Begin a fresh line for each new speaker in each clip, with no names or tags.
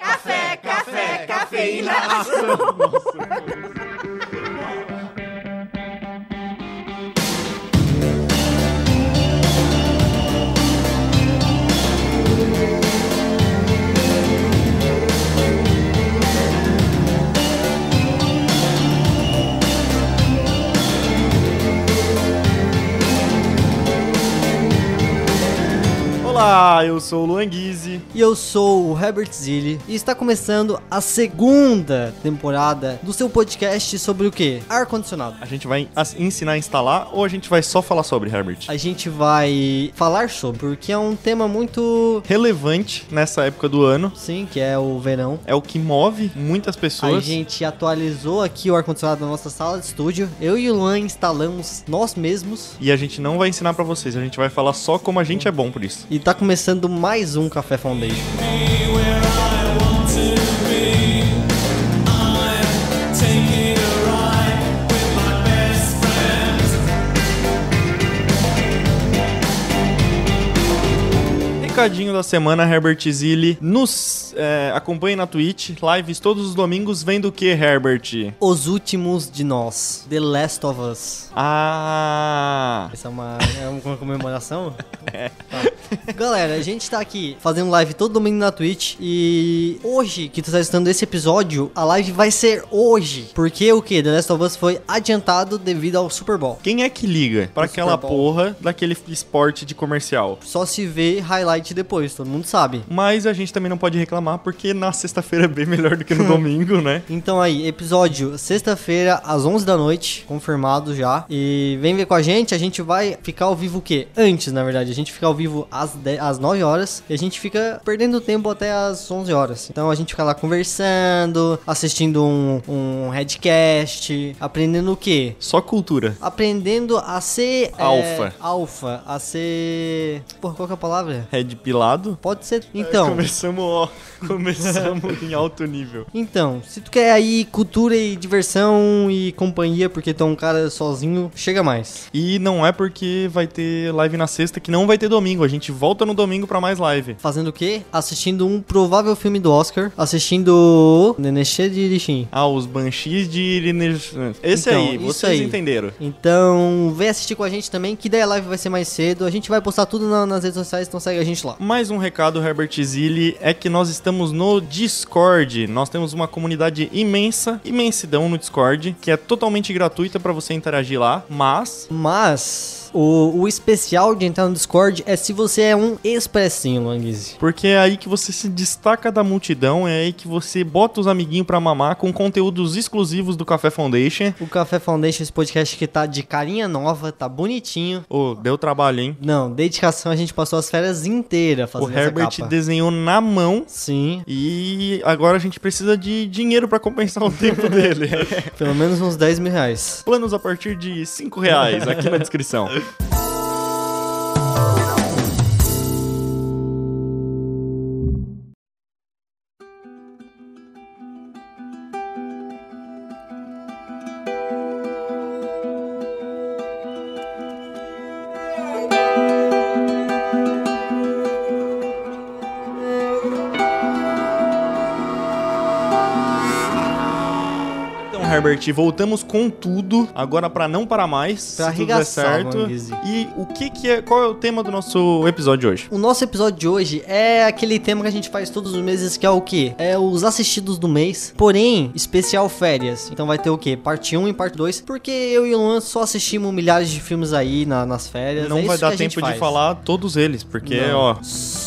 Café, café, cafeína.
Olá, eu sou o Luan Guizzi.
E eu sou o Herbert Zilli e está começando a segunda temporada do seu podcast sobre o quê? Ar-condicionado.
A gente vai as- ensinar a instalar ou a gente vai só falar sobre, Herbert?
A gente vai falar sobre, porque é um tema muito.
Relevante nessa época do ano.
Sim, que é o verão.
É o que move muitas
A
pessoas.
gente atualizou aqui o ar-condicionado na nossa sala de estúdio. Eu e o Luan instalamos nós mesmos.
E a gente não vai ensinar pra vocês, a gente vai falar só como a gente é bom por isso.
E tá começando mais um Café Foundation.
Recadinho da semana, Herbert Zilli. Nos é, acompanhe na Twitch, lives todos os domingos, vendo o que, Herbert?
Os últimos de nós. The Last of Us.
Ah!
Essa é uma, é uma comemoração? Tá. Galera, a gente tá aqui fazendo live todo domingo na Twitch e hoje que tu tá assistindo esse episódio, a live vai ser hoje. Porque o que? The Last of Us foi adiantado devido ao Super Bowl.
Quem é que liga pra
O
aquela
Super Bowl.
porra daquele esporte de comercial?
Só se vê highlight depois, todo mundo sabe.
Mas a gente também não pode reclamar, porque na sexta-feira é bem melhor do que no domingo, né?
Então aí, episódio sexta-feira às 11 da noite, confirmado já. E vem ver com a gente, a gente vai ficar ao vivo o quê? Antes, na verdade, a gente fica ao vivo às, 10 às 9 horas e a gente fica perdendo tempo até às 11 horas. Então a gente fica lá conversando, assistindo um, um headcast, aprendendo o quê?
Só cultura.
Aprendendo a ser... é,
Alfa.
alfa, a ser... Porra, qual que é a palavra?
Red pilado.
Pode ser... Então...
Começamos, ó. Começamos em alto nível.
Então, se tu quer aí cultura e diversão e companhia, porque tu é um cara sozinho, chega mais.
E não é porque vai ter live na sexta que não vai ter domingo. A gente volta no domingo pra mais live.
Fazendo o quê? Assistindo um provável filme do Oscar, assistindo Neneche de Irishin.
Ah, os Banshees de Irines. Esse
Então,
aí,
isso
vocês
aí.
entenderam.
Então, vem assistir com a gente também, que daí a live vai ser mais cedo. A gente vai postar tudo na- nas redes sociais, então segue a gente lá.
Mais um recado, Herbert Zilli, é que nós estamos no Discord. Nós temos uma comunidade imensa, imensidão no Discord, que é totalmente gratuita pra você interagir lá, mas
Mas, o, o especial de entrar no Discord é se você é um expressinho, Languise.
Porque é aí que você se destaca da multidão, é aí que você bota os amiguinhos pra mamar com conteúdos exclusivos do Café Foundation.
O Café Foundation, esse podcast que tá de carinha nova, tá bonitinho.
Ô, deu trabalho, hein?
Não, dedicação a gente passou as férias inteiras fazendo
o
essa
Herbert
capa.
desenhou na mão
Sim,
e agora a gente precisa de dinheiro pra compensar o tempo dele.
pelo menos uns 10 mil reais.
Planos a partir de 5 reais aqui na descrição. Então, Herbert, voltamos com tudo agora pra não parar mais,
Pra
se tudo der
arregaçar,
certo.
Manguese.
E o que que é, qual é o tema do nosso episódio hoje?
O nosso episódio de hoje é aquele tema que a gente faz todos os meses, que é o quê? É os assistidos do mês, porém, especial férias. Então vai ter o quê? Parte 1 e parte 2, porque eu e o Luan só assistimos milhares de filmes aí na- nas férias.
Não
é
vai
isso que
dar
a gente
tempo de
faz.
falar todos eles, porque,
Não.
ó,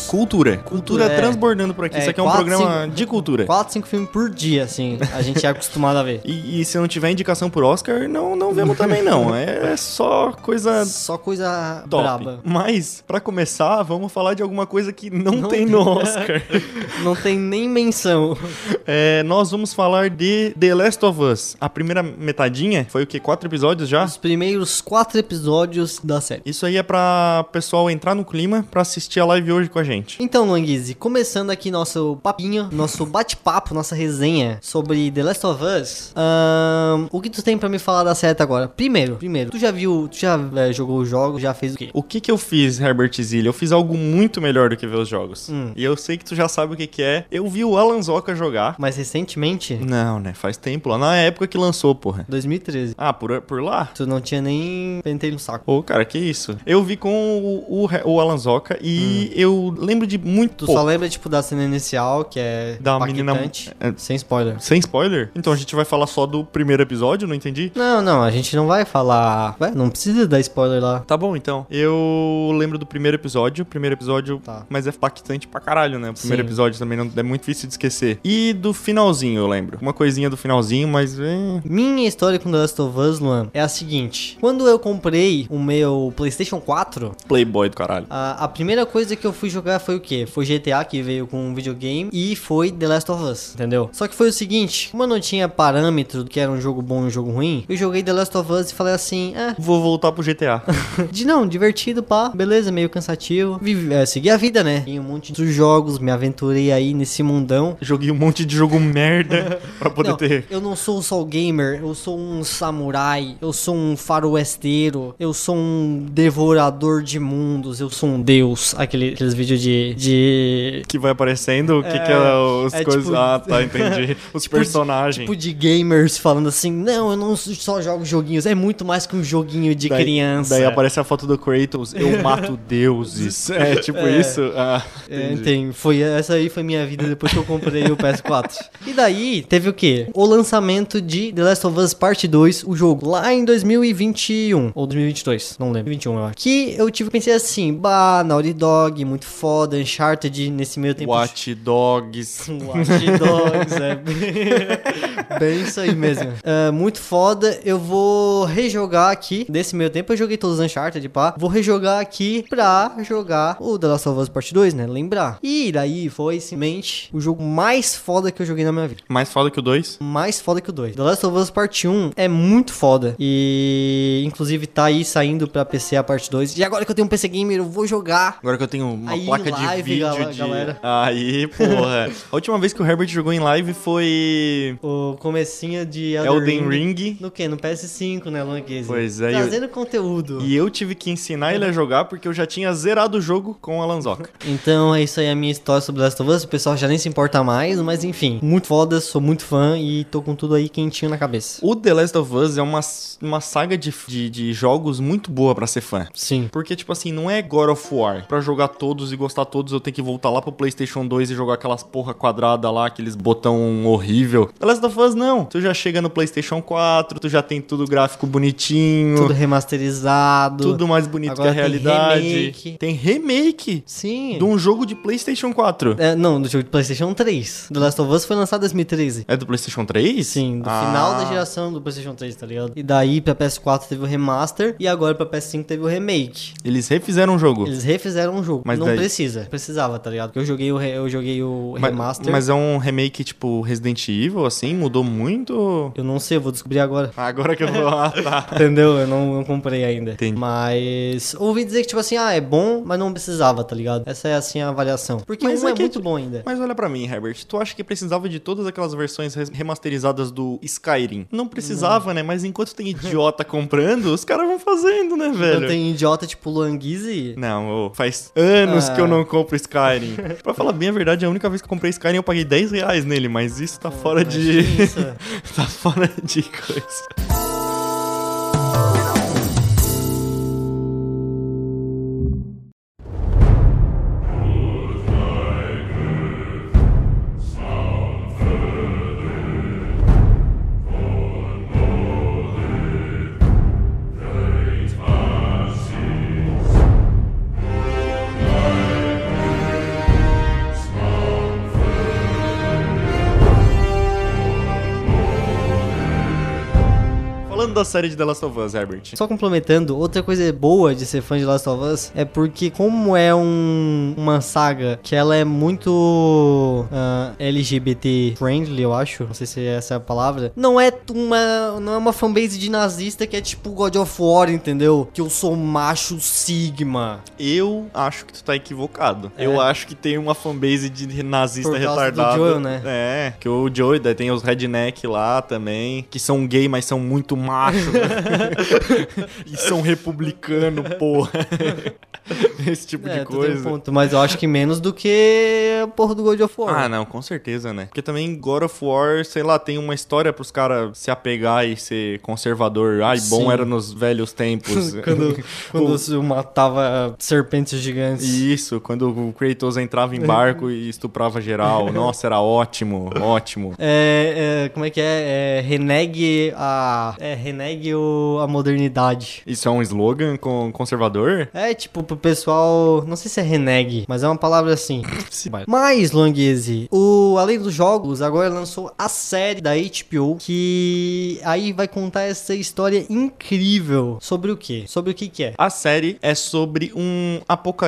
cultura. Cultura
é.
transbordando por aqui.
É,
Isso aqui é um
quatro,
programa
cinco-
de cultura.
4, 5 filmes por dia, assim, a gente é acostumado a ver.
E, e se não tiver indicação por Oscar, não, não vemos também, não. É, só coisa
Só coisa
top.
braba.
Mas, pra começar, vamos falar de alguma coisa que não,
Não
tem
tem.
no Oscar.
Não tem nem menção.
É, nós vamos falar de The Last of Us. A primeira metadinha foi o quê? Quatro episódios já?
Os primeiros quatro episódios da série.
Isso aí é pra pessoal entrar no clima pra assistir a live hoje com a gente.
Então, Languise, começando aqui nosso papinho, nosso bate-papo, nossa resenha sobre The Last of Us, ah, Ahn, o que tu tem pra me falar da seta agora? Primeiro, primeiro, tu já viu, tu já é, jogou o jogo, já fez o quê?
O que que eu fiz, Herbert Zilli? Eu fiz algo muito melhor do que ver os jogos.
Hum.
E eu sei que tu já sabe o que que é. Eu vi o Alan Zoca jogar.
Mas recentemente,
Não, né? Faz tempo lá. Na época que lançou, porra.
2013,
Ah, por, por lá?
tu não tinha nem pentei no saco.
Ô, cara, que isso? Eu vi com o, o, Re- o Alan Zoca e eu lembro de muito
Tu
pouco.
só lembra, tipo, da cena inicial, que é
Da menina-
impactante,
é-
Sem spoiler.
Sem spoiler? Então a gente vai falar só do primeiro episódio, não entendi?
Não, não, a gente não vai falar. Ué, não precisa dar spoiler lá.
Tá bom, então. Eu lembro do primeiro episódio. Primeiro episódio,
Tá.
mas é impactante pra caralho, né? O primeiro
Sim.
episódio também não, é muito difícil de esquecer. E do finalzinho, eu lembro. Uma coisinha do finalzinho, mas. eh,
Minha história com The Last of Us, Luan, é a seguinte. Quando eu comprei o meu PlayStation 4,
Playboy do caralho.
a, a primeira coisa que eu fui jogar foi o quê? Foi GTA, que veio com um videogame, e foi The Last of Us, entendeu? Só que foi o seguinte, como eu não tinha parâmetro do que era um jogo bom e um jogo ruim, eu joguei The Last of Us e falei assim, é,
Vou voltar pro GTA.
De não, divertido, pá, beleza, meio cansativo. Vivi, é, segui a vida, né? Em um monte de jogos, me aventurei aí nesse mundão.
Joguei um monte de jogo merda pra poder
Não,
ter.
eu não sou só gamer, eu sou um samurai, eu sou um faroesteiro, eu sou um devorador de mundos, eu sou um deus. Aquele- aqueles vídeos de, de.
que vai aparecendo, o que
É,
que é os
é
coisas...
tipo-
Ah, tá, entendi. Os
Tipo de-
personagens.
Tipo de gamers falando assim, não, eu não só jogo joguinhos, é muito mais que um joguinho de
Daí-
criança.
Daí aparece a foto do Kratos, eu mato deuses. É, tipo
É.
isso? Ah,
É,
entendi.
tem, foi essa aí foi minha vida depois que eu comprei o PS4. E daí teve o quê? O lançamento de The Last of Us Parte 2, o jogo, lá em 2021 ou 2022, não lembro, 21 eu acho. Que eu tive pensei assim, bah, Naughty Dog, muito foda, Uncharted nesse meio tempo.
Watch Dogs.
Watch Dogs, é bem- bem isso aí mesmo. É, muito foda, eu vou rejogar aqui. Nesse meio tempo eu joguei todos os Uncharted, pá. Vou rejogar aqui pra jogar o The Last of Us Part 2, né? Lembrar. E daí foi, simplesmente, o jogo mais foda que eu joguei na minha vida.
Mais foda que o 2?
Mais foda que o 2. The Last of Us Part 1 é muito foda. E inclusive tá aí saindo pra PC a parte 2. E agora que eu tenho um PC Gamer, eu vou jogar.
Agora que eu tenho uma
Aí,
placa de
live,
vídeo
gal-
de...
galera.
Aí, porra. a última vez que o Herbert jogou em live foi...
O comecinho de
Elden Ring.
No que? No PS5, né, Luan Gaze?
Pois é, e eu-
Trazendo conteúdo.
E eu tive que ensinar ele a jogar porque eu já tinha zerado o jogo com a Lanzoca.
Então é isso aí a minha história sobre Last of Us. O pessoal já nem se importa mais, mas enfim. Muito foda, sou muito fã e tô com tudo aí quentinho na cabeça.
o The Last of Us é uma, uma saga de, de, de jogos muito boa pra ser fã.
Sim.
Porque, tipo assim, não é God of War. Pra jogar todos e gostar todos, eu tenho que voltar lá pro PlayStation 2 e jogar aquelas porra quadrada lá, aqueles botão horrível. The Last of Us, não. Tu já chega no PlayStation 4, tu já tem tudo gráfico bonitinho,
Tudo
tudo,
remasterizado.
mais bonito
Agora
que a
tem
realidade.
remake.
Tem remake
Sim.
de um jogo de PlayStation 4.
É, não, do jogo de PlayStation 3. The Last of Us foi lançado em 2013.
É do PlayStation 3?
Sim, do
Ah,
final da geração do PlayStation 3, tá ligado? E daí pra PS4 teve o remaster e agora pra PS5 teve o remake.
Eles refizeram o jogo.
Eles refizeram o jogo.
Mas
não
daí-
precisa. Precisava, tá ligado? Porque eu joguei o, re- eu joguei o
Ma-
remaster.
Mas é um remake tipo Resident Evil, assim? Mudou muito?
Eu não sei, eu vou descobrir agora.
Agora que eu vou. Ah, tá.
Entendeu? Eu não, não comprei ainda.
Entendi.
Mas ouvi dizer que, tipo assim, ah, é bom, mas não precisava, tá ligado? Essa é, assim, a avaliação. Porque
Mas
um
é
é,
que-
muito bom ainda.
Mas olha pra mim, Herbert, tu acha que precisava de todas aquelas versões res- remasterizadas do Skyrim? Não precisava, né? Mas enquanto tem idiota comprando, os caras vão fazendo, né, velho?
Não tem idiota tipo Languise.
Não, ô, faz anos
Ah.
que eu não compro Skyrim. pra falar bem a verdade, a única vez que eu comprei Skyrim eu paguei 10 reais nele, mas isso
Ah,
tá fora de. tá fora de coisa. Falando da série de The Last of Us, Herbert.
Só complementando, outra coisa boa de ser fã de Last of Us é porque como é um- uma saga que ela é muito ah, é LGBT friendly, eu acho. Não sei se essa é a palavra. Não é uma, não é uma fanbase de nazista que é tipo God of War, entendeu? Que eu sou macho sigma.
Eu acho que tu tá equivocado. Eu acho que tem uma fanbase de nazista
É. Por causa do
retardado.
Joel, né?
É, que o Joey, daí tem os redneck lá também, que são gay, mas são muito macho. e são republicano, porra. Esse tipo de
É, tu tem um
coisa.
ponto, mas eu acho que menos do que a porra do God of War.
Ah, não, com certeza, né? Porque também God of War, sei lá, tem uma história pros caras se apegar e ser conservador. Ai,
Sim.
bom era nos velhos tempos.
quando quando se matava serpentes gigantes.
Isso, quando o Kratos entrava em barco e estuprava geral. Nossa, era ótimo, ótimo.
É, é, como é que é? é renegue a. É, renegue o, a modernidade.
Isso é um slogan con- conservador?
É tipo pro pessoal. Não sei se é renegue, mas é uma palavra assim. Mas, Longuese, o além dos jogos, agora lançou a série da HBO que aí vai contar essa história incrível. Sobre o quê? Sobre o que que é?
A série é sobre um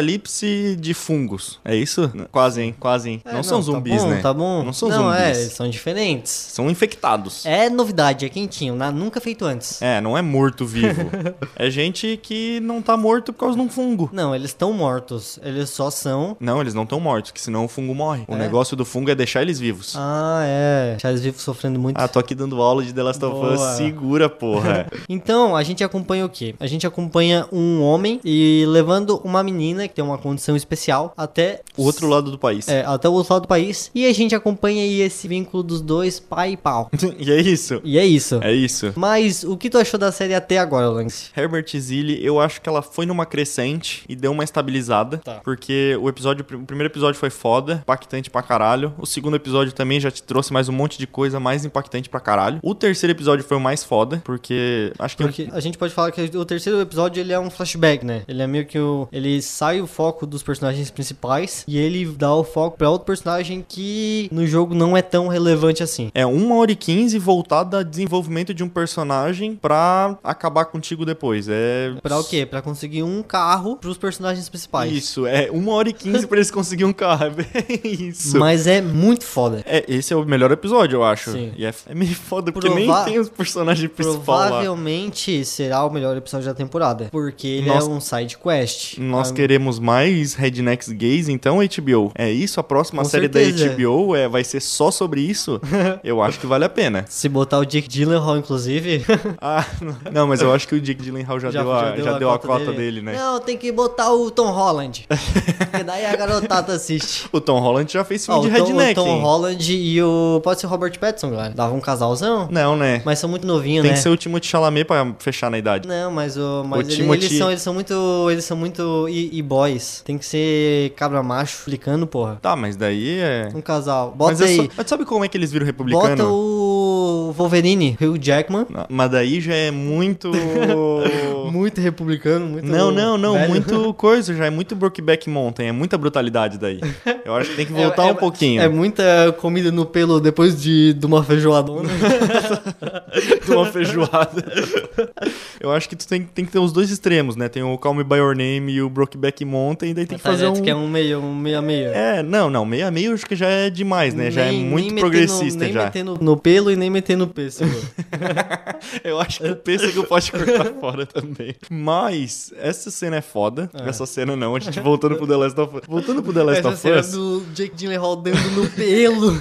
apocalipse de fungos. É isso? quase, hein? Quase, hein?
É,
não, são zumbis,
tá bom,
né?
Tá bom.
Não são
é,
zumbis.
são diferentes.
São infectados.
É novidade, é quentinho, na- nunca feito antes.
É, não é morto-vivo. é gente que não tá morto por causa de um fungo.
Não, eles estão mortos, eles só são.
Não, eles não estão mortos, que senão o fungo morre. O
É?
negócio do fungo é deixar eles vivos. Ah,
Ah, é. Charles vivo sofrendo muito.
tô aqui dando aula de The Last of
Boa.
Us. Segura, porra.
Então, a gente acompanha o quê? A gente acompanha um homem e levando uma menina que tem uma condição especial até
o outro lado do país.
é, até o outro lado do país. E a gente acompanha aí esse vínculo dos dois pai e pau.
e é isso.
E é isso.
É isso.
Mas o que tu achou da série até agora, Lance?
Herbert Zilli, eu acho que ela foi numa crescente e deu uma estabilizada.
Tá.
Porque o episódio, o primeiro episódio foi foda, impactante pra caralho. O segundo episódio também já te trouxe mais um monte de coisa mais impactante pra caralho. O terceiro episódio foi o mais foda, porque acho que
Porque a gente pode falar que o terceiro episódio ele é um flashback, né? Ele é meio que o. Ele sai o foco dos personagens principais e ele dá o foco pra outro personagem que no jogo não é tão relevante assim.
é uma hora e 15 voltada a desenvolvimento de um personagem pra acabar contigo depois. É
Pra o quê? Pra conseguir um carro pros personagens principais.
isso, é uma hora e 15 pra eles conseguirem um carro. É bem isso.
Mas é muito foda.
É, esse é o melhor episódio, eu acho.
Sim.
E é, é meio foda, porque
Prova-
nem tem os personagens principais lá.
Provavelmente será o melhor episódio da temporada. Porque ele
Nós-
é um side quest.
Nós
Ah,
queremos mais rednecks gays, então HBO. É isso, a próxima
Com
série
certeza.
da HBO é, vai ser só sobre isso. eu acho que vale a pena.
Se botar o Jake Gyllenhaal, inclusive.
Ah, não, mas eu acho que o Jake Gyllenhaal já, deu, a, já deu a cota dele, né?
Não, tem que botar o Tom Holland. porque daí a garotada assiste.
O Tom Holland já fez filme
Ó,
de
Ah, o, Tom, o
redneck.
Tom
hein?
Holland e o. Pode ser o Robert Pattinson, galera. Dava um casalzão.
Não, né?
Mas são muito novinhos,
Tem
né?
que ser o Timothée Chalamet pra fechar na idade.
Não, mas, o, mas ele-
Timothy-
eles, são, eles são muito. Eles são muito. E, e boys. Tem que ser cabra macho, flicando, porra.
Tá, mas daí é...
Um casal. Bota
Mas, é
aí.
só- mas sabe como é que eles viram republicano?
Bota o Wolverine, Hugh Jackman.
Não, Mas daí já é muito...
Muito republicano, muito.
Não, não, não,
velho.
muito coisa já, é muito Brokeback Mountain, é muita brutalidade daí. Eu acho que tem que
É-
voltar
é-
um pouquinho.
É muita comida no pelo depois de, de uma feijoadona.
de uma feijoada. Eu acho que tu tem, tem que ter os dois extremos, né? Tem o Call Me By Your Name e o Brokeback Mountain, daí tem que
Tá
fazer
certo
um...
que é um meio, um meio a meio.
É, não, não, meio a meio acho que já é demais, né? já é
Nem- nem
muito
metendo-
progressista
nem
já.
metendo no pelo e nem metendo no pêssego.
Eu acho que o pêssego pode cortar fora também. Mas, essa cena é foda. Essa cena não, a gente voltando pro The Last of Us. Voltando pro The Last
Essa
of
cena
Us...
do Jake Gyllenhaal dando no pelo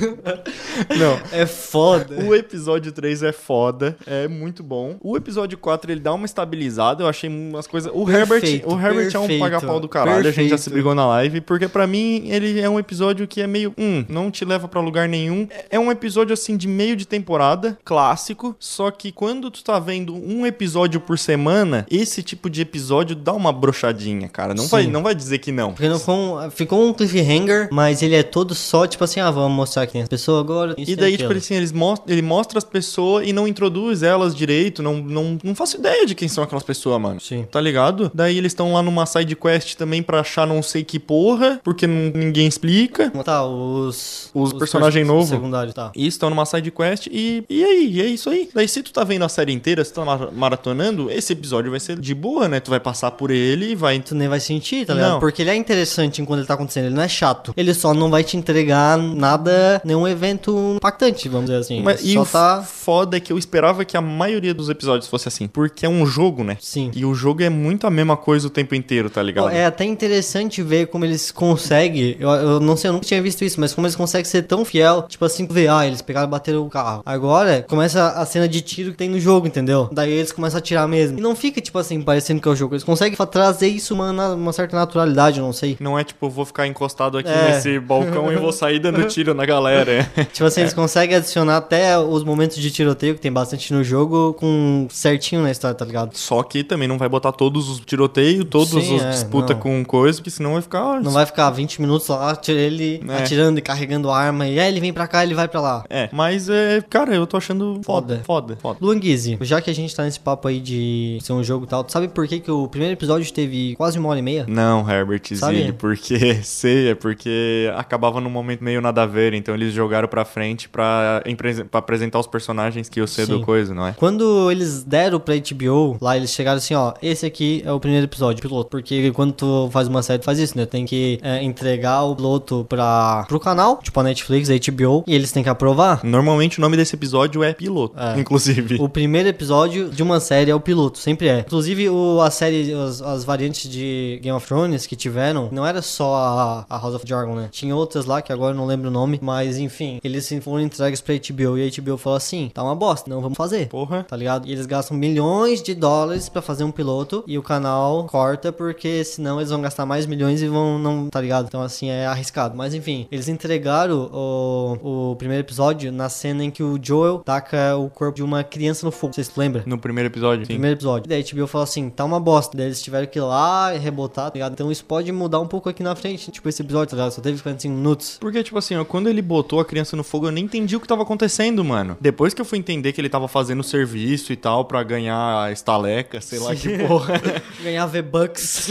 Não,
é foda.
O episódio 3 é foda, é muito bom. O episódio 4 ele dá uma estabilizada, eu achei umas coisas. O
Perfeito,
Herbert, o Herbert é
perfeito,
um paga-pau do caralho, a gente já se
perfeito.
brigou na live, porque pra mim ele é um episódio que é meio, hum, não te leva pra lugar nenhum. É- É um episódio assim de meio de temporada, clássico, só que quando tu tá vendo um episódio por semana, esse tipo de episódio dá uma brochadinha, cara. Não
Sim.
vai, não vai dizer que não.
Porque não foi um- ficou um cliffhanger, mas ele é todo só, tipo assim, ah, vamos mostrar quem é essa pessoa agora. isso
E daí, tipo
aquilo.
assim, eles mos- ele mostra as pessoas e não introduz elas direito, não, não, não faço ideia de quem são aquelas pessoas, mano.
Sim.
Tá ligado? Daí eles estão lá numa side quest também pra achar não sei que porra, porque não- ninguém explica.
Tá, os.
Os personagem
pers-
novo.
Secundário, tá.
E estão numa side quest e, e E aí, é isso aí. Daí se tu tá vendo a série inteira, se tu tá mar- maratonando, esse episódio vai ser de boa, né? Tu vai passar por ele e vai
Tu nem vai sentir, tá ligado?
Não.
Porque ele é interessante enquanto ele tá acontecendo, ele não é chato. Ele só não vai te entregar nada, nenhum evento impactante, vamos dizer assim.
Mas, e
só
o
tá.
foda é que eu esperava que a maioria dos episódios fosse assim. Porque é um jogo, né?
Sim.
E o jogo é muito a mesma coisa o tempo inteiro, tá ligado?
Pô, É até interessante ver como eles conseguem. Eu, eu não sei, eu nunca tinha visto isso, mas como eles conseguem ser tão fiel. Tipo assim, tu vê, ah, eles pegaram e bateram o carro. Agora começa a cena de tiro que tem no jogo, entendeu? Daí eles começam a tirar mesmo. E não fica, tipo assim, parecendo que é o jogo. Eles conseguem fa- trazer isso uma, na- uma certa naturalidade, eu não sei.
Não é tipo, eu vou ficar encostado aqui
É.
nesse balcão e vou sair dando tiro na galera.
Tipo assim, eles conseguem adicionar até os momentos de tiroteio, que tem bastante no jogo, com certinho na história, tá ligado?
Só que também não vai botar todos os tiroteios, todas
Sim,
as
é,
disputas
não.
com coisa, porque senão vai ficar. assim, ó,
Não vai ficar 20 minutos lá, atira- ele
É.
atirando e carregando arma, e aí ele vem pra cá, ele vai pra lá.
É, mas é, cara, eu tô achando foda, foda, foda.
Luanguize, já que a gente tá nesse papo aí de ser um jogo e tal, tu sabe por que, que o primeiro episódio teve quase uma hora e meia?
Não, Herbert
Sabe?
Zilli, porque sei, é porque acabava num momento meio nada a ver, então eles jogaram pra frente pra, empre- pra apresentar os personagens que eu sei
Sim.
do coisa, não é?
Quando eles deram pra HBO, lá eles chegaram assim, ó, esse aqui é o primeiro episódio, piloto. Porque quando tu faz uma série, tu faz isso, né? Tem que é, entregar o piloto pra, pro canal, tipo a Netflix, a HBO, e eles têm que aprovar.
Normalmente o nome desse episódio é piloto,
É.
inclusive.
O primeiro episódio de uma série é o piloto, sempre é. Inclusive, o, a série, as, as variantes de Game of Thrones que tiveram, não era só a, a House of Dragon, né? Tinha outras lá que agora eu não lembro o nome, mas enfim, eles se foram entregues pra HBO e a HBO falou assim: tá uma bosta, não vamos fazer.
Porra.
Tá ligado? E eles gastam milhões de dólares pra fazer um piloto e o canal corta porque senão eles vão gastar mais milhões e vão não, tá ligado? Então assim é arriscado. Mas enfim, eles entregaram o, o primeiro episódio na cena em que o Joel taca o corpo de uma criança no fogo. Vocês se lembram?
No primeiro episódio, sim.
Primeiro episódio. Daí a HBO falou assim: tá uma bosta. Daí eles tiveram que ir lá e rebotar, tá ligado? Então isso pode mudar um pouco aqui na frente. Tipo esse episódio, tá ligado? Só teve 45 minutos.
Porque, tipo assim, ó, quando ele botou a criança no fogo, eu nem entendi o que tava acontecendo, mano. Depois que eu fui entender que ele tava fazendo serviço e tal pra ganhar a estaleca, sei lá que porra.
Ganhar V-Bucks.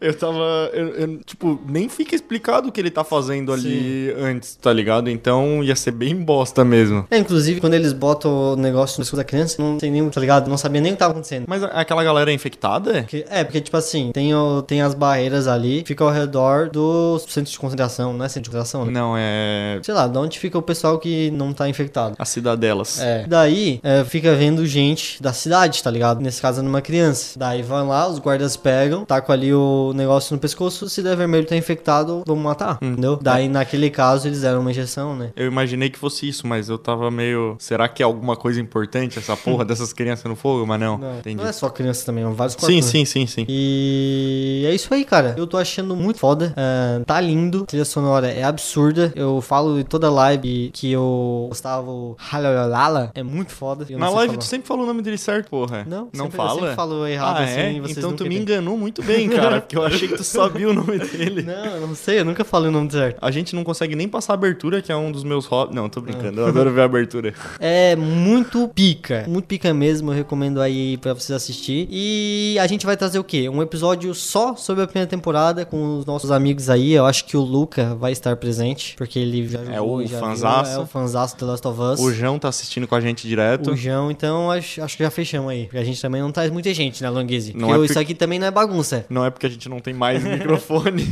eu tava. Eu, eu, tipo, nem fica explicado o que ele tá fazendo ali antes, tá ligado? Então ia ser bem bosta mesmo.
É, inclusive, quando eles botam o negócio no escudo da criança, não tem nenhum, tá ligado? Não sabia nem o que tava acontecendo.
Mas a- aquela galera é infectada?
Porque- é, porque, tipo assim, tem, o, tem as barreiras ali, fica ao redor do centro de concentração, não é centro de concentração, né?
Não, é.
Sei lá, de onde fica o pessoal que não tá infectado.
A cidadelas.
É. Daí, é, fica vendo gente da cidade, tá ligado? Nesse caso, é numa criança. Daí vão lá, os guardas pegam, tacam ali o negócio no pescoço. Se der vermelho, tá infectado, vamos matar,
Hum.
entendeu? Daí, naquele caso, eles deram uma injeção, né?
Eu imaginei que fosse isso, mas eu tava meio. Será que é alguma coisa importante essa porra dessas crianças no fogo? Mas não.
Não,
Entendi.
não é só criança também, é vários corpos.
Sim,
né?
sim, sim, sim.
E é isso aí, cara. Eu tô achando muito foda. Ah, tá lindo. A trilha sonora é absurda. Eu falo em toda live que eu gostava o Halalala. É muito foda. Eu não
Na
sei
live
falar.
tu sempre falou o nome dele certo, porra.
Não,
não
sempre- eu
fala.
sempre falo errado
ah,
assim,
é?
e vocês
então
nunca
tu me
entendem.
enganou muito bem, cara, porque eu achei que tu sabia o nome dele.
Não, eu não sei. Eu nunca falei o nome certo.
A gente não consegue nem passar a abertura, que é um dos meus hobbies. Não, tô brincando, eu
Ah.
adoro ver a abertura.
É muito pica. Muito pica mesmo. Eu recomendo aí pra vocês assistir. E a gente vai trazer o quê? Um episódio só sobre a primeira temporada com os nossos amigos aí. Eu acho que o Luca vai estar presente, porque ele já
É
jogou,
o
já
fanzaço.
viu, É o fanzaço do The Last of Us.
O João tá assistindo com a gente direto.
O João, então acho, acho que já fechamos aí. Porque a gente também não traz muita gente na Longuise.
Não
Porque
é
isso
por-
aqui também não é bagunça.
Não é porque a gente não tem mais microfone.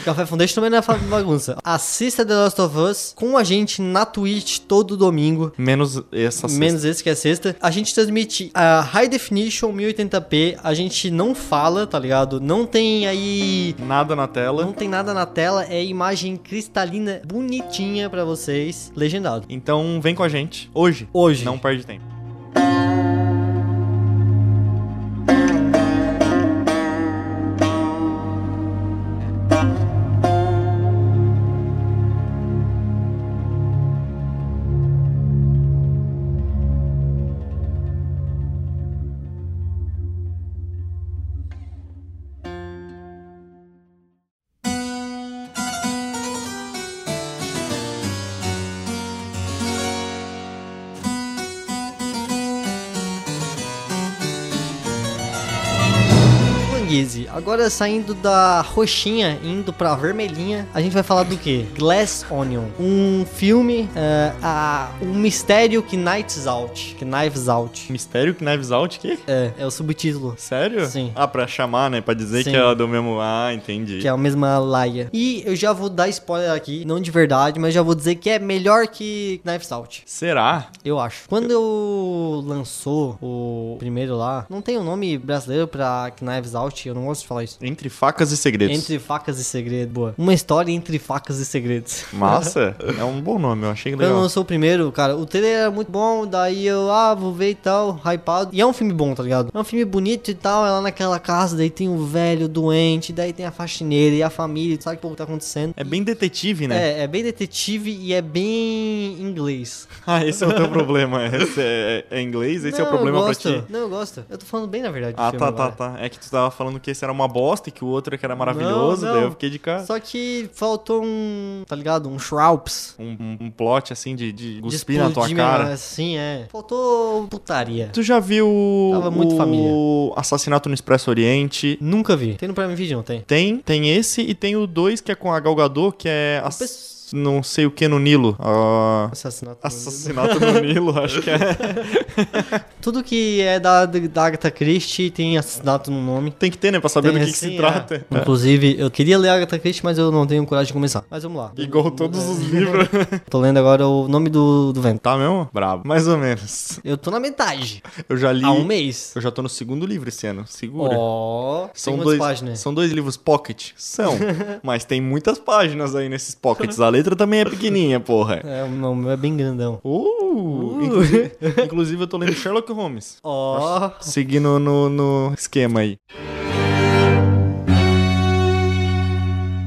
O Café Foundation também não é fa- bagunça. Assista The Last of Us com a gente na Twitch todo domingo.
Menos essa sexta.
Menos esse que é sexta. A gente transmite a High Definition 1080p. A gente não fala, tá ligado? Não tem aí.
Nada na tela.
Não tem nada na tela. É imagem cristalina, bonitinha pra vocês. Legendado.
Então vem com a gente. Hoje.
Hoje.
Não perde tempo.
Marguese. Agora saindo da roxinha, indo pra vermelhinha, a gente vai falar do quê? Glass Onion. Um filme, é, a- um mistério que Knives Out. Que Knives Out.
Mistério que Knives Out aqui?
É, é o subtítulo.
Sério?
Sim.
Ah, pra chamar, né? Pra dizer
Sim.
que é do mesmo. Ah, entendi.
Que é a mesma laia. E eu já vou dar spoiler aqui, não de verdade, mas já vou dizer que é melhor que Knives Out,
Será?
eu acho. Quando eu lançou o primeiro lá, não tem o nome brasileiro pra Knives Out, eu não gosto de falar isso.
Entre facas e segredos.
Entre facas e segredo, boa. Uma história entre facas e segredos.
Massa? é um bom nome, eu achei
Quando
legal.
eu lançou o primeiro, cara, o trailer era muito bom, daí eu, ah, vou ver e tal, hypado. E é um filme bom, tá ligado? É um filme bonito e tal, é lá naquela casa, daí tem o velho doente, daí tem a faxineira e a família, sabe pô, o que tá acontecendo.
É bem detetive, né?
É, é bem detetive e é bem inglês.
Ah, esse é o teu problema. Esse é, é inglês? Esse é o
Não,
problema
eu
pra
gosto.
ti?
Não, eu gosto. Eu tô falando bem, na verdade, do
Ah,
filme
tá, tá,
agora.
tá. É que tu tava falando que esse era uma bosta e que o outro é que era maravilhoso,
Não,
daí
não.
eu fiquei de cara.
Só que faltou um, tá ligado? Um Shroups.
Um, um- um plot assim de, de
de
cuspir na tua
explodir mesmo,
cara.
Assim, é. Faltou putaria.
Tu já viu
Tava muito
o
família.
Assassinato no Expresso Oriente?
Nunca vi. Tem no Prime Video, não tem?
Tem, tem esse e tem o dois que é com a Galgador, que é ass-
pes-
não sei o que no Nilo. Ah,
Assassinato.
assassinato no Nilo, acho que é.
Tudo que é da, da Agatha Christie tem assassinato no nome.
Tem que ter, né, pra saber
Tem
do que, que
assim,
se
é.
trata.
Inclusive, eu queria ler Agatha Christie, mas eu não tenho coragem de começar. Mas vamos lá. É.
Igual todos os livros.
Tô lendo agora o nome do, do vento.
tá mesmo? Brabo. Mais ou menos.
Eu tô na metade.
Eu já li.
Há um mês.
Eu já tô no segundo livro esse ano. Segura.
Ó,
São
quantas
dois,
páginas?
são dois livros pocket? São. mas tem muitas páginas aí nesses pockets. A letra também é pequenininha, porra.
É, o meu é bem grandão.
Uh, Inclusive, inclusive eu tô lendo Sherlock Holmes.
Ó,
Seguindo no, no esquema aí.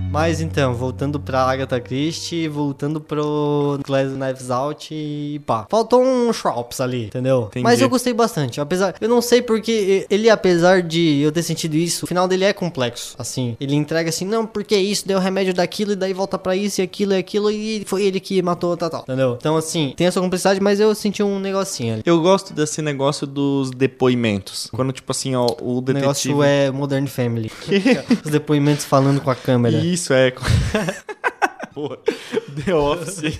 mas então, voltando pra Agatha Christie, voltando pro Glass Knives Out e pá. Faltou um Shrops ali, entendeu?
Entendi.
Mas eu gostei bastante, apesar... Eu não sei porque ele, apesar de eu ter sentido isso, o final dele é complexo, assim. Ele entrega assim, não, porque isso, deu remédio daquilo e daí volta pra isso e aquilo e aquilo e foi ele que matou, tal, tal, entendeu? Então, assim, tem essa complexidade, mas eu senti um negocinho ali.
Eu gosto desse negócio dos depoimentos. Quando, tipo assim, ó, o
O
detetive.
negócio é Modern Family. Os depoimentos falando com a câmera.
Isso é. Porra, The Office.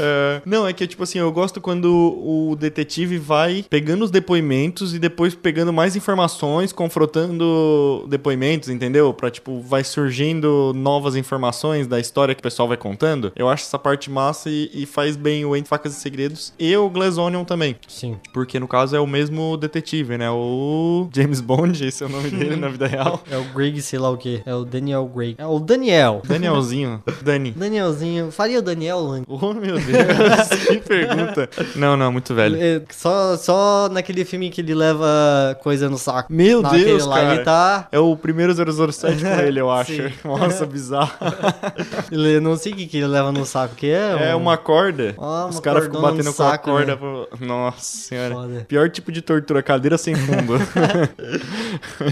É, não, é que, tipo assim, eu gosto quando o detetive vai pegando os depoimentos e depois pegando mais informações, confrontando depoimentos, entendeu? Pra, tipo, vai surgindo novas informações da história que o pessoal vai contando. Eu acho essa parte massa e, e faz bem o Entre Facas e Segredos e o Glazonion também.
Sim.
Porque, no caso, é o mesmo detetive, né? O James Bond, esse é o nome dele na vida real.
É o Greg, sei lá o que. É o Daniel Greg. É o Daniel.
Danielzinho. Dani.
Danielzinho. Faria o Daniel Lang.
Oh, meu Deus, que pergunta. Não, não, muito velho.
É, só, só naquele filme que ele leva coisa no saco.
Meu
Naquele
Deus,
lá,
cara.
Ele tá.
É o primeiro 007 com ele, eu acho.
Sim.
Nossa, bizarro.
Ele, não sei o que, que ele leva no saco. Que é,
É
um-
uma corda.
Ah, uma
Os caras ficam
cordona no
batendo com
saco,
a corda.
né?
pro- Nossa senhora.
Foda.
Pior tipo de tortura, cadeira sem fundo.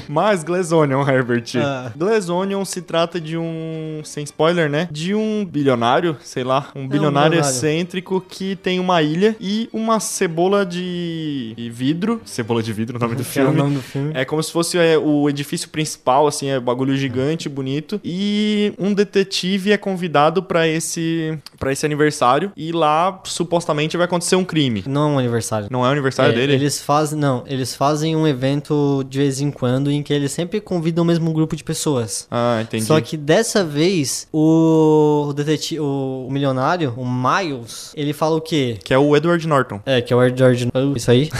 Mas Glazonion, Herbert.
Ah.
Glazonion se trata de um, sem spoiler, né? De um bilionário, sei lá, um bilionário
É, bilionário.
excêntrico que tem uma ilha e uma cebola de de vidro. Cebola de vidro, o nome do
Que é o
filme.
nome do filme.
É como se fosse é, o edifício principal, assim, é um bagulho gigante, bonito. E um detetive é convidado pra esse para esse aniversário e lá supostamente vai acontecer um crime.
Não é um aniversário.
Não é o aniversário
É,
dele?
Eles fazem, não, eles fazem um evento de vez em quando em que eles sempre convidam o mesmo grupo de pessoas.
Ah, entendi.
Só que dessa vez o detetive, o milionário, o Miles, ele fala o quê?
Que é o Edward Norton.
É, que é o Air Jordan. Oh, Isso aí.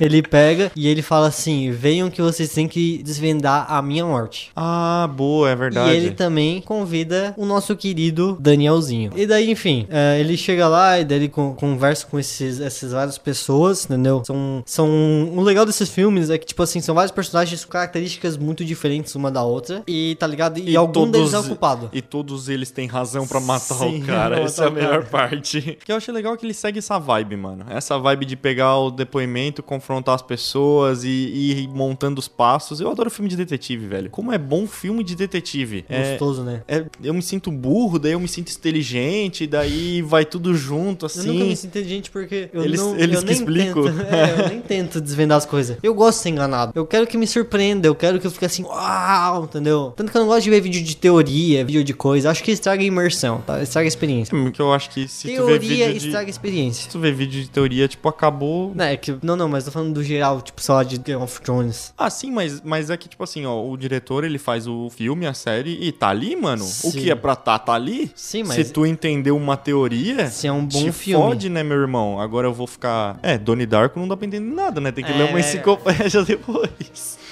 ele pega e ele fala assim: venham que vocês têm que desvendar a minha morte.
Ah, boa, é verdade.
E ele também convida o nosso querido Danielzinho. E daí, enfim, é, ele chega lá e daí ele con- conversa com esses, essas várias pessoas, entendeu? São, são. O legal desses filmes é que, tipo assim, são vários personagens com características muito diferentes uma da outra. E tá ligado? E, algum deles é o culpado.
E todos eles têm razão pra matar
Sim,
o cara.
pra
Essa é
matar
a
o
melhor parte. Que eu achei legal que ele segue essa vibe, mano. Essa vibe de pegar o depoimento, confrontar as pessoas e, e ir montando os passos. Eu adoro filme de detetive, velho. Como é bom filme de detetive. É,
Gostoso, né?
é- eu me sinto burro, daí eu me sinto inteligente, daí vai tudo junto,
Eu
assim.
nunca me sinto inteligente porque eu
Eles-
não
eles
eu
que
nem
explicam.
Tento, é, eu nem tento desvendar as coisas. Eu gosto de ser enganado. Eu quero que me surpreenda, eu quero que eu fique assim, uau, entendeu? Tanto que eu não gosto de ver vídeo de teoria, vídeo de coisa. Acho que estraga a imersão, tá? Estraga a experiência.
Que eu acho que se tu vê
teoria
vídeo de...
estraga a experiência.
Se tu vê vídeo de teoria, tipo, acabou...
Não, é que, não, não, mas tô falando do geral, tipo, sei lá, de Game of Thrones.
Ah, sim, mas, mas é que, tipo assim, ó, o diretor, ele faz o filme, a série, e tá ali, mano. O
Sim.
que é pra tá, tá ali.
Sim, mas-
Se tu entendeu uma teoria...
Se é um bom
te
filme.
fode, né, meu irmão? Agora eu vou ficar... É, Donnie Darko não dá pra entender nada, né? Tem que
É,
ler uma
né?
enciclopédia depois.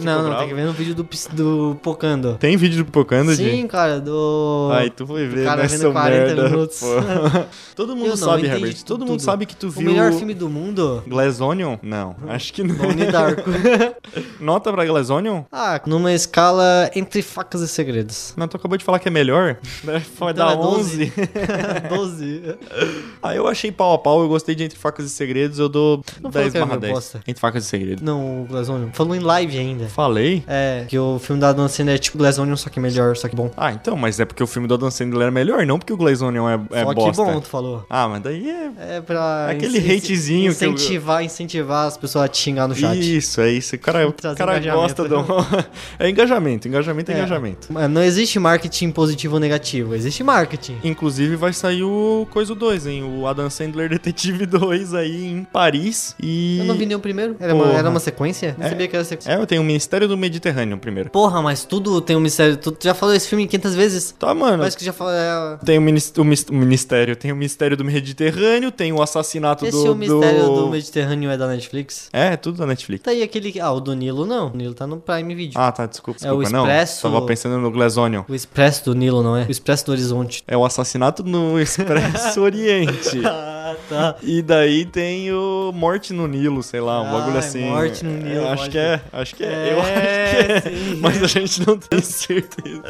não, não,
tipo, bravo?
tem que ver no vídeo do, ps- do Pocando.
Tem um vídeo do Pocando,
Sim,
gente?
cara, do.
Aí tu foi ver
cara
nessa
vendo 40
merda,
minutos.
pô. Todo mundo
Eu não
sabe,
entendi
Herbert. Todo mundo
tudo.
sabe que tu
o
viu...
melhor filme do mundo?
Glass Onion? Não, acho que não.
Donnie Darko.
Nota pra Glass Onion?
Ah, numa escala entre facas e segredos.
Não, tu acabou de falar que é melhor. Vai
Então
dar
é 12.
11.
12.
Ah, eu achei pau a pau, eu gostei de Entre Facas e Segredos, eu dou
Não
10
falou que era
barra
uma
10.
bosta.
Entre Facas e Segredos.
Não, o Glasonium. Falou em live ainda.
Falei?
É, que o filme da Adam Sandler é tipo Glasonium, só que melhor, só que bom.
Ah, então, mas é porque o filme do Adam Sandler é melhor, não porque o Glaze Onion é, é
só
bosta.
que bom, tu falou.
Ah, mas daí é...
É pra...
Aquele
incen-
hatezinho que eu-
Incentivar, incentivar as pessoas a te xingar no chat.
Isso, é isso. O cara, o
Traz
cara
engajamento. né?
gosta do... é engajamento, engajamento é,
É.
engajamento.
Mas Não existe marketing positivo ou negativo, existe marketing.
Inclusive vai sair o Coisa 2, hein? O Adam Sandler Detetive 2 aí em Paris e...
Eu não vi nem o primeiro. Era, uma,
Porra.
era uma sequência? Não
É.
sabia que era sequência.
É, eu tenho o Ministério do Mediterrâneo primeiro.
Porra, mas tudo tem um mistério. Tu tu já falou esse filme 500 vezes?
Tá, mano.
Parece que já falou... é,
Tem o, minis- o mis- o ministério, tem o mistério do Mediterrâneo, tem o assassinato
Esse
do.
é o mistério do...
do-
Mediterrâneo é da Netflix?
É, é tudo da Netflix.
Tá aí aquele. Ah, o do Nilo não. O Nilo tá no Prime Video.
Ah, tá, desculpa,
É o
desculpa. não,
Expresso-
tava pensando no Glazonion.
O Expresso do Nilo, não é? O Expresso do Horizonte.
É o assassinato no Expresso Oriente.
Ah, tá.
E daí tem o Morte no Nilo, sei lá, um
Ah,
bagulho
é
assim.
Morte no Nilo,
É, acho
pode
que é, acho que é.
É,
eu acho que é.
sim.
Mas a gente não tem certeza.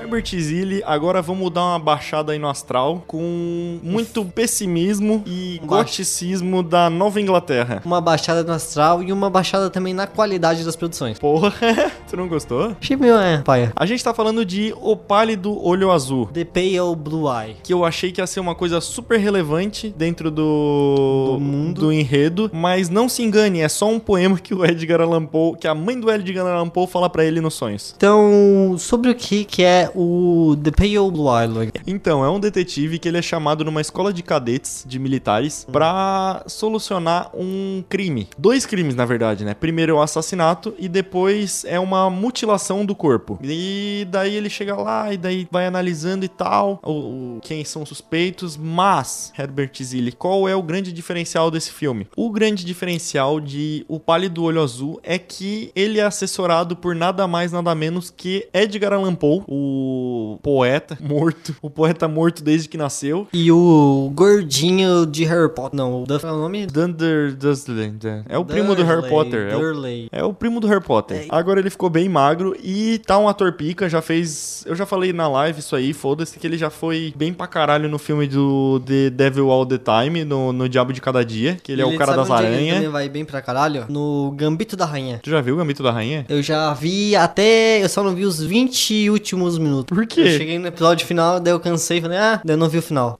Herbert Zilli, agora vamos dar uma baixada aí no astral com muito pessimismo e
Baixa.
goticismo da Nova Inglaterra.
Uma baixada no astral e uma baixada também na qualidade das produções.
Porra, tu não gostou?
Achei meio é, paia.
A gente tá falando de O Pálido Olho Azul,
The Pale Blue Eye.
que eu achei que ia ser uma coisa super relevante dentro do,
Do mundo.
do enredo, mas não se engane, é só um poema que o Edgar Allan Poe, que a mãe do Edgar Allan Poe fala pra ele nos sonhos.
Então, sobre o que que é o The Pale Blue Eye, Log?
Então, é um detetive que ele é chamado numa escola de cadetes, de militares, pra solucionar um crime. Dois crimes, na verdade, né? Primeiro é o assassinato e depois é uma mutilação do corpo. E daí ele chega lá e daí vai analisando e tal, o, o- quem são os suspeitos, mas, Herbert Zilli, qual é o grande diferencial desse filme? O grande diferencial de O Pálido Olho Azul é que ele é assessorado por nada mais, nada menos que Edgar Allan Poe, o poeta morto, o poeta morto desde que nasceu.
E o gordinho de Harry Potter. Não, o Duff é o nome?
Dunder Dudley, né? é o primo do Harry
Dursley,
Potter, é o
Durley.
É o primo do Harry Potter. Agora ele ficou bem magro e tá um ator pica, já fez. Eu já falei na live isso aí, foda-se, que ele já foi bem pra caralho no filme do The Devil All the Time, no, no Diabo de Cada Dia, que ele, é o cara
sabe
das
onde Ele
aranhas.
também vai bem pra caralho? No Gambito da Rainha.
Tu já viu o Gambito da Rainha?
Eu já vi até. Eu só não vi os 20 últimos minutos.
Por quê?
Eu cheguei no episódio final, daí eu cansei e falei, ah, daí eu não vi o final.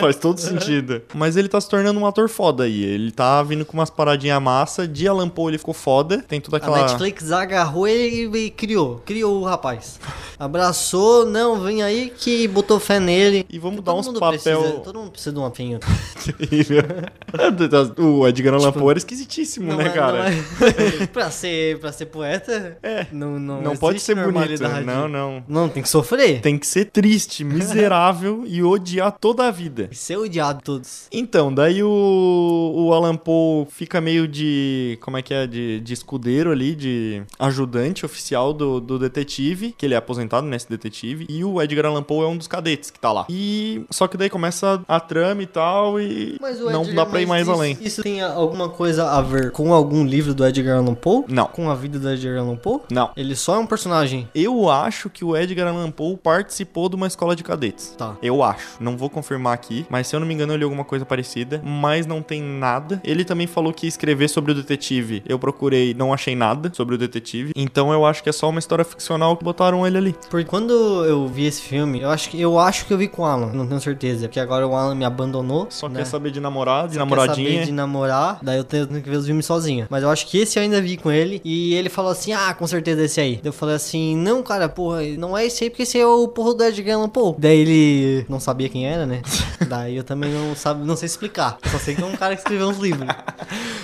Faz todo sentido. Mas ele tá se tornando um ator foda aí. Ele tá vindo com umas paradinhas massa. De Alan Poe ele ficou foda. Tem toda
A
aquela.
Netflix agarrou ele e criou. Criou o rapaz. Abraçou, não, vem aí que botou fé nele.
E vamos
Todo
dar uns
mundo
papel-
precisa- todo mundo precisa de um apinho.
o Edgar Allan
Tipo, é,
Poe era esquisitíssimo, né, cara?
pra, ser, pra ser poeta,
É.
não, não,
Não pode
existe
ser bonito. né?
normalidade.
Não, não.
Não, tem que sofrer.
Tem que ser triste, miserável e odiar toda a vida.
Ser odiado todos.
Então, daí o, o Alan Poe fica meio de. Como é que é? De, de escudeiro ali, de ajudante oficial do, do detetive, que ele é aposentado nesse detetive. E o Edgar Allan Poe é um dos cadetes que tá lá. E. Só que daí começa a trama e tal, e. não
Edgar-
dá pra ir
mas
mais
isso,
além.
Isso tem a- alguma coisa a ver com algum livro do Edgar Allan Poe?
Não.
Com a vida do Edgar Allan Poe?
Não.
Ele só é um personagem.
Eu acho que o Edgar Allan Poe participou de uma escola de cadetes.
Tá.
Eu acho. Não vou confirmar aqui, mas se eu não me engano, eu li alguma coisa parecida, mas não tem nada. Ele também falou que ia escrever sobre o detetive. Eu procurei, não achei nada sobre o detetive. Então eu acho que é só uma história ficcional que botaram ele ali.
Porque quando eu vi esse filme, eu acho que eu acho que eu vi com o Alan, não tenho certeza. Porque agora o Alan me abandonou.
Só
né?
quer saber de namorado, de
Só quer
namoradinha.
saber de namorar, daí eu tenho que ver os filmes sozinha. Mas eu acho que esse eu ainda vi com ele. E ele falou assim: Ah, com certeza esse aí. Daí Eu falei assim: Não, cara, porra, não é esse aí, porque esse é o porra do Edgar Allan Poe. Daí ele não sabia quem era, né? daí eu também não, sabe, não sei explicar. Só sei que é um cara que escreveu uns livros.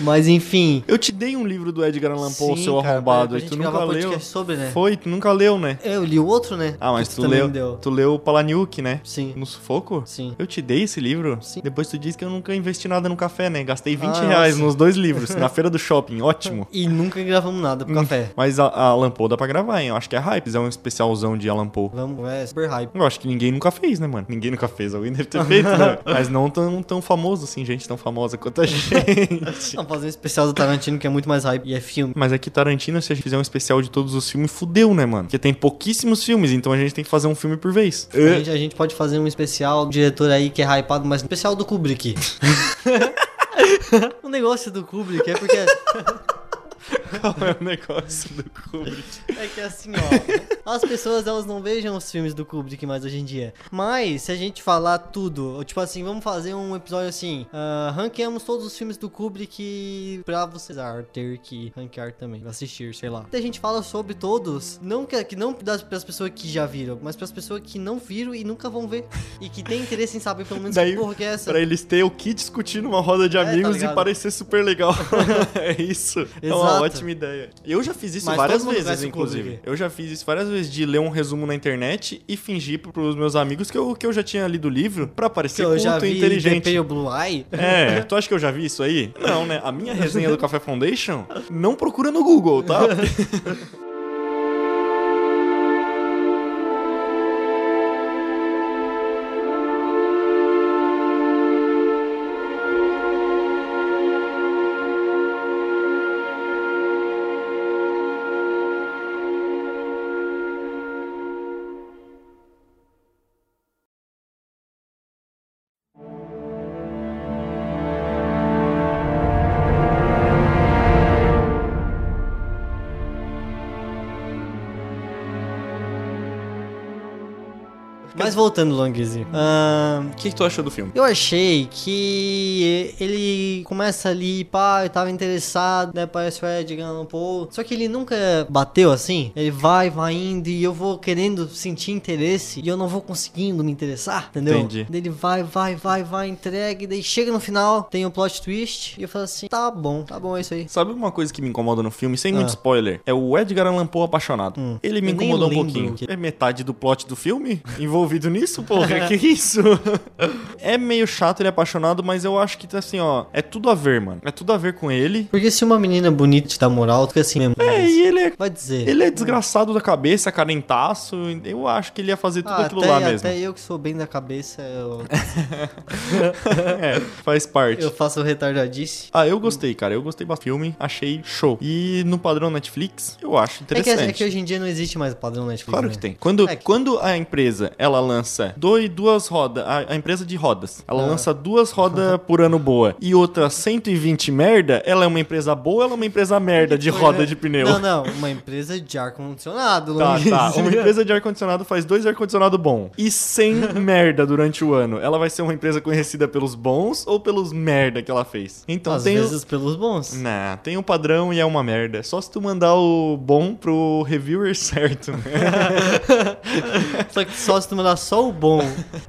Mas enfim.
Eu te dei um livro do Edgar Allan Poe,
Sim,
seu
cara,
arrombado,
pra- pra
e tu
gente
nunca
gravar
leu.
podcast sobre, né?
Foi, tu nunca leu, né?
Eu li o outro, né?
Ah, mas
Que
tu
também
leu,
me deu.
tu leu o Palaniuk, né?
Sim.
No sufoco?
Sim.
Eu te dei esse livro?
Sim.
Depois tu disse que eu nunca investi nada no café, né? Gastei 20
Ah,
reais
nossa.
nos dois livros, na feira do shopping, ótimo.
E nunca gravamos nada
Hum.
pro café.
Mas a, a Alan Poe dá pra gravar, hein? Eu acho que é hypes, é um especialzão de Alan Poe.
Vamos, é super hype.
Eu acho que ninguém nunca fez, né, mano? Ninguém nunca fez, alguém deve ter feito, né? Mas não tão, tão famoso assim, gente tão famosa quanto a gente.
Vamos fazer um especial do Tarantino que é muito mais hype e é filme.
Mas aqui, Tarantino, se a gente fizer um especial de todos os filmes, fudeu, né, mano? Porque tem pouquíssimos filmes, então a gente tem que fazer um filme por vez.
A gente, a gente pode fazer um especial, um diretor aí que é hypado, mas um especial do Kubrick. o negócio do Kubrick é porque.
Qual é o negócio do Kubrick?
É que assim, ó. As pessoas elas não vejam os filmes do Kubrick mais hoje em dia. Mas, se a gente falar tudo, tipo assim, vamos fazer um episódio assim. ah, ranqueamos todos os filmes do Kubrick pra vocês ah, ter que ranquear também, assistir, sei lá. Daí A gente fala sobre todos. Não que, que não das, pras pessoas que já viram, mas pras pessoas que não viram e nunca vão ver. E que tem interesse em saber pelo menos
Daí,
que porra que é essa.
Pra eles terem o que discutir numa roda de
tá
amigos e
ligado?
parecer super legal. é isso. É uma
Exato.
ótima ideia. Eu já fiz isso
Mas
várias
todo mundo
vezes,
conhece o
inclusive.
Kubrick.
Eu já fiz isso várias vezes de ler um resumo na internet e fingir pros meus amigos que eu, que eu já tinha lido o livro pra
que
parecer
eu
culto
já
e
vi
é inteligente.
DP e o Blue Eye.
É, tu acha que eu já vi isso aí? Não, né? A minha resenha do Café Foundation não procura no Google, tá?
Mas voltando, Longuezinho. Ah, Ahn.
O que, que tu achou do filme?
Eu achei que ele começa ali, pá, eu tava interessado, né? Parece o Edgar Allan Poe. Só que ele nunca bateu assim. Ele vai, vai indo e eu vou querendo sentir interesse e eu não vou conseguindo me interessar, entendeu?
Entendi.
Daí Ele vai, vai, vai, vai, entrega. E daí chega no final, tem o plot twist e eu falo assim: tá bom, tá bom, é isso aí.
Sabe uma coisa que me incomoda no filme, sem muito
Ah. Hum.
spoiler? É o Edgar Allan Poe apaixonado. Ele me
eu nem
incomodou um
lembro
pouquinho.
que-
É metade do plot do filme envolvido nisso, porra? que isso? é meio chato ele apaixonado, mas eu acho que tá assim, ó. É tudo a ver, mano. É tudo a ver com ele.
Porque se uma menina bonita te dá moral, tu fica assim mesmo.
É, e ele é.
Vai dizer.
Ele é desgraçado da cabeça, carentaço. Eu acho que ele ia fazer tudo
Ah,
aquilo
até,
é lá mesmo.
até eu que sou bem da cabeça, eu,
É, faz parte.
eu faço retardadice.
Ah, eu gostei, cara. Eu gostei bastante do filme, achei show. E no padrão Netflix, eu acho
É que,
interessante.
é que hoje em dia não existe mais o padrão Netflix.
Claro
né?
que tem. Quando,
É que-
quando a empresa ela lança dois, duas rodas, a, a empresa de rodas,
Ah.
ela lança duas rodas por ano boa e outra 120 merda, ela é uma empresa boa, ela é uma empresa merda de
Pois
roda
é.
de pneu.
Não, não, uma empresa de ar-condicionado.
Tá,
Luiz.
tá. Uma empresa de ar-condicionado faz dois ar-condicionado bom e 100 merda durante o ano. Ela vai ser uma empresa conhecida pelos bons ou pelos merda que ela fez? Então
Às
tem o-
vezes pelos bons.
Nah, tem um padrão e é uma merda. Só se tu mandar o bom pro reviewer certo, né?
Só que só se tu recomendar só o bom.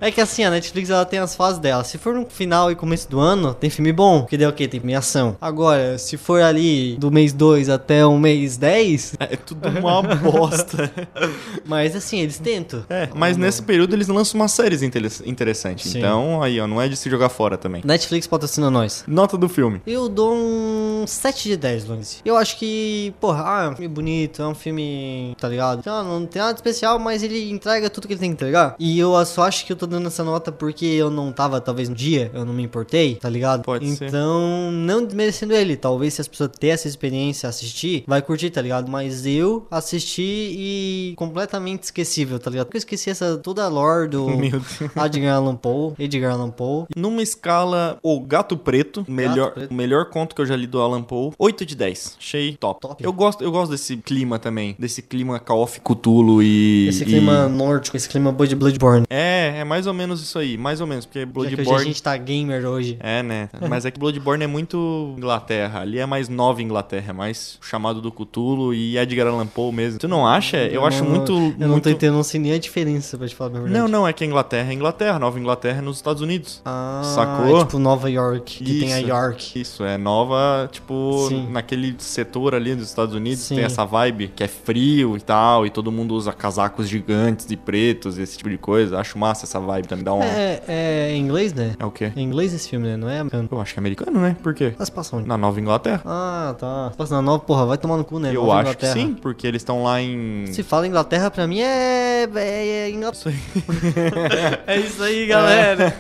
É que assim, a Netflix ela tem as fases dela. Se for no final e começo do ano, tem filme bom, porque daí o que? Tem premiação. Agora, se for ali do mês 2 até o mês 10,
É tudo uma bosta.
mas assim, eles tentam.
É, mas nesse período eles lançam umas séries interes- interessantes.
Uhum. Sim.
Então, aí, ó, não é de se jogar fora também.
Netflix patrocina nós.
Nota do filme.
Eu dou um 7 de 10, Luiz. Eu acho que, porra, ah, é um filme bonito, é um filme, tá ligado? Então, não tem nada de especial, mas ele entrega tudo que ele tem que entregar. E eu só acho que eu tô dando essa nota porque eu não tava, talvez, no dia, eu não me importei, tá ligado?
Pode ser.
Então, não desmerecendo ele. Talvez se as pessoas terem essa experiência, assistir, vai curtir, tá ligado? Mas eu assisti e completamente esquecível, tá ligado? Porque eu esqueci essa toda a lore do
Meu Deus.
Edgar Allan Poe, Edgar Allan Poe.
Numa escala, o Gato Preto, melhor,
Preto.
o melhor conto que eu já li do Alan Poe, 8 de 10. Achei top.
Top.
Eu gosto, eu gosto desse clima também, desse clima caófico tulo e
Esse
e-
clima nórdico, esse clima de Bloodborne.
É, é mais ou menos isso aí, mais ou menos, porque
Já que
Bloodborne
hoje a gente tá gamer hoje.
É, né? Mas é que Bloodborne é muito Inglaterra. Ali é mais nova Inglaterra, é mais chamado do Cthulhu e Edgar Allan Poe mesmo. Tu não acha? É, Eu, acho
não-
muito.
Eu não tô
muito-
entendendo, não sei nem a diferença, pra te falar a verdade.
Não, não, é que a Inglaterra é Inglaterra, Nova Inglaterra é nos Estados Unidos.
Ah,
Sacou?
É tipo Nova York, que tem a
Isso.
York.
Isso, é nova, tipo,
Sim.
naquele setor ali dos Estados Unidos,
Sim.
tem essa vibe que é frio e tal, e todo mundo usa casacos gigantes e pretos, esse tipo de coisa. Acho massa essa vibe também, dá um... É,
É, é em inglês, né?
o quê?
É em inglês esse filme, né? Não é americano.
Eu acho que é americano, né? Por quê?
Mas passa onde?
Na Nova Inglaterra?
Ah, tá. Passa na Nova, porra, vai tomar no cu, né?
Eu
Nova
acho
Inglaterra.
que sim, porque eles estão lá em...
Se fala Inglaterra, pra mim é... É, é Inglaterra.
Isso aí.
É isso aí, galera.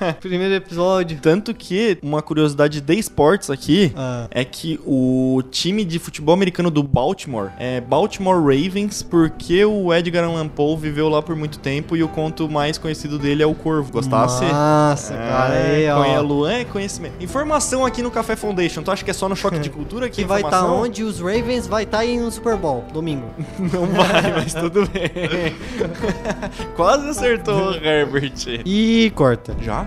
É.
Primeiro episódio.
Tanto que, uma curiosidade de esportes aqui,
Ah,
é que o time de futebol americano do Baltimore é Baltimore Ravens, porque o Edgar Allan Poe viveu lá por muito tempo e o conto mais conhecido dele é o Corvo. Gostasse?
Nossa, cara. Aí,
é, conhe-
ó.
Luan é conhecimento. Informação aqui no Café Foundation. Tu acha que é só no Choque de Cultura que
Que vai estar tá
informação?
onde os Ravens vai estar tá aí no Super Bowl, domingo.
Não vai, mas tudo bem. Quase acertou, Herbert.
E corta.
Já?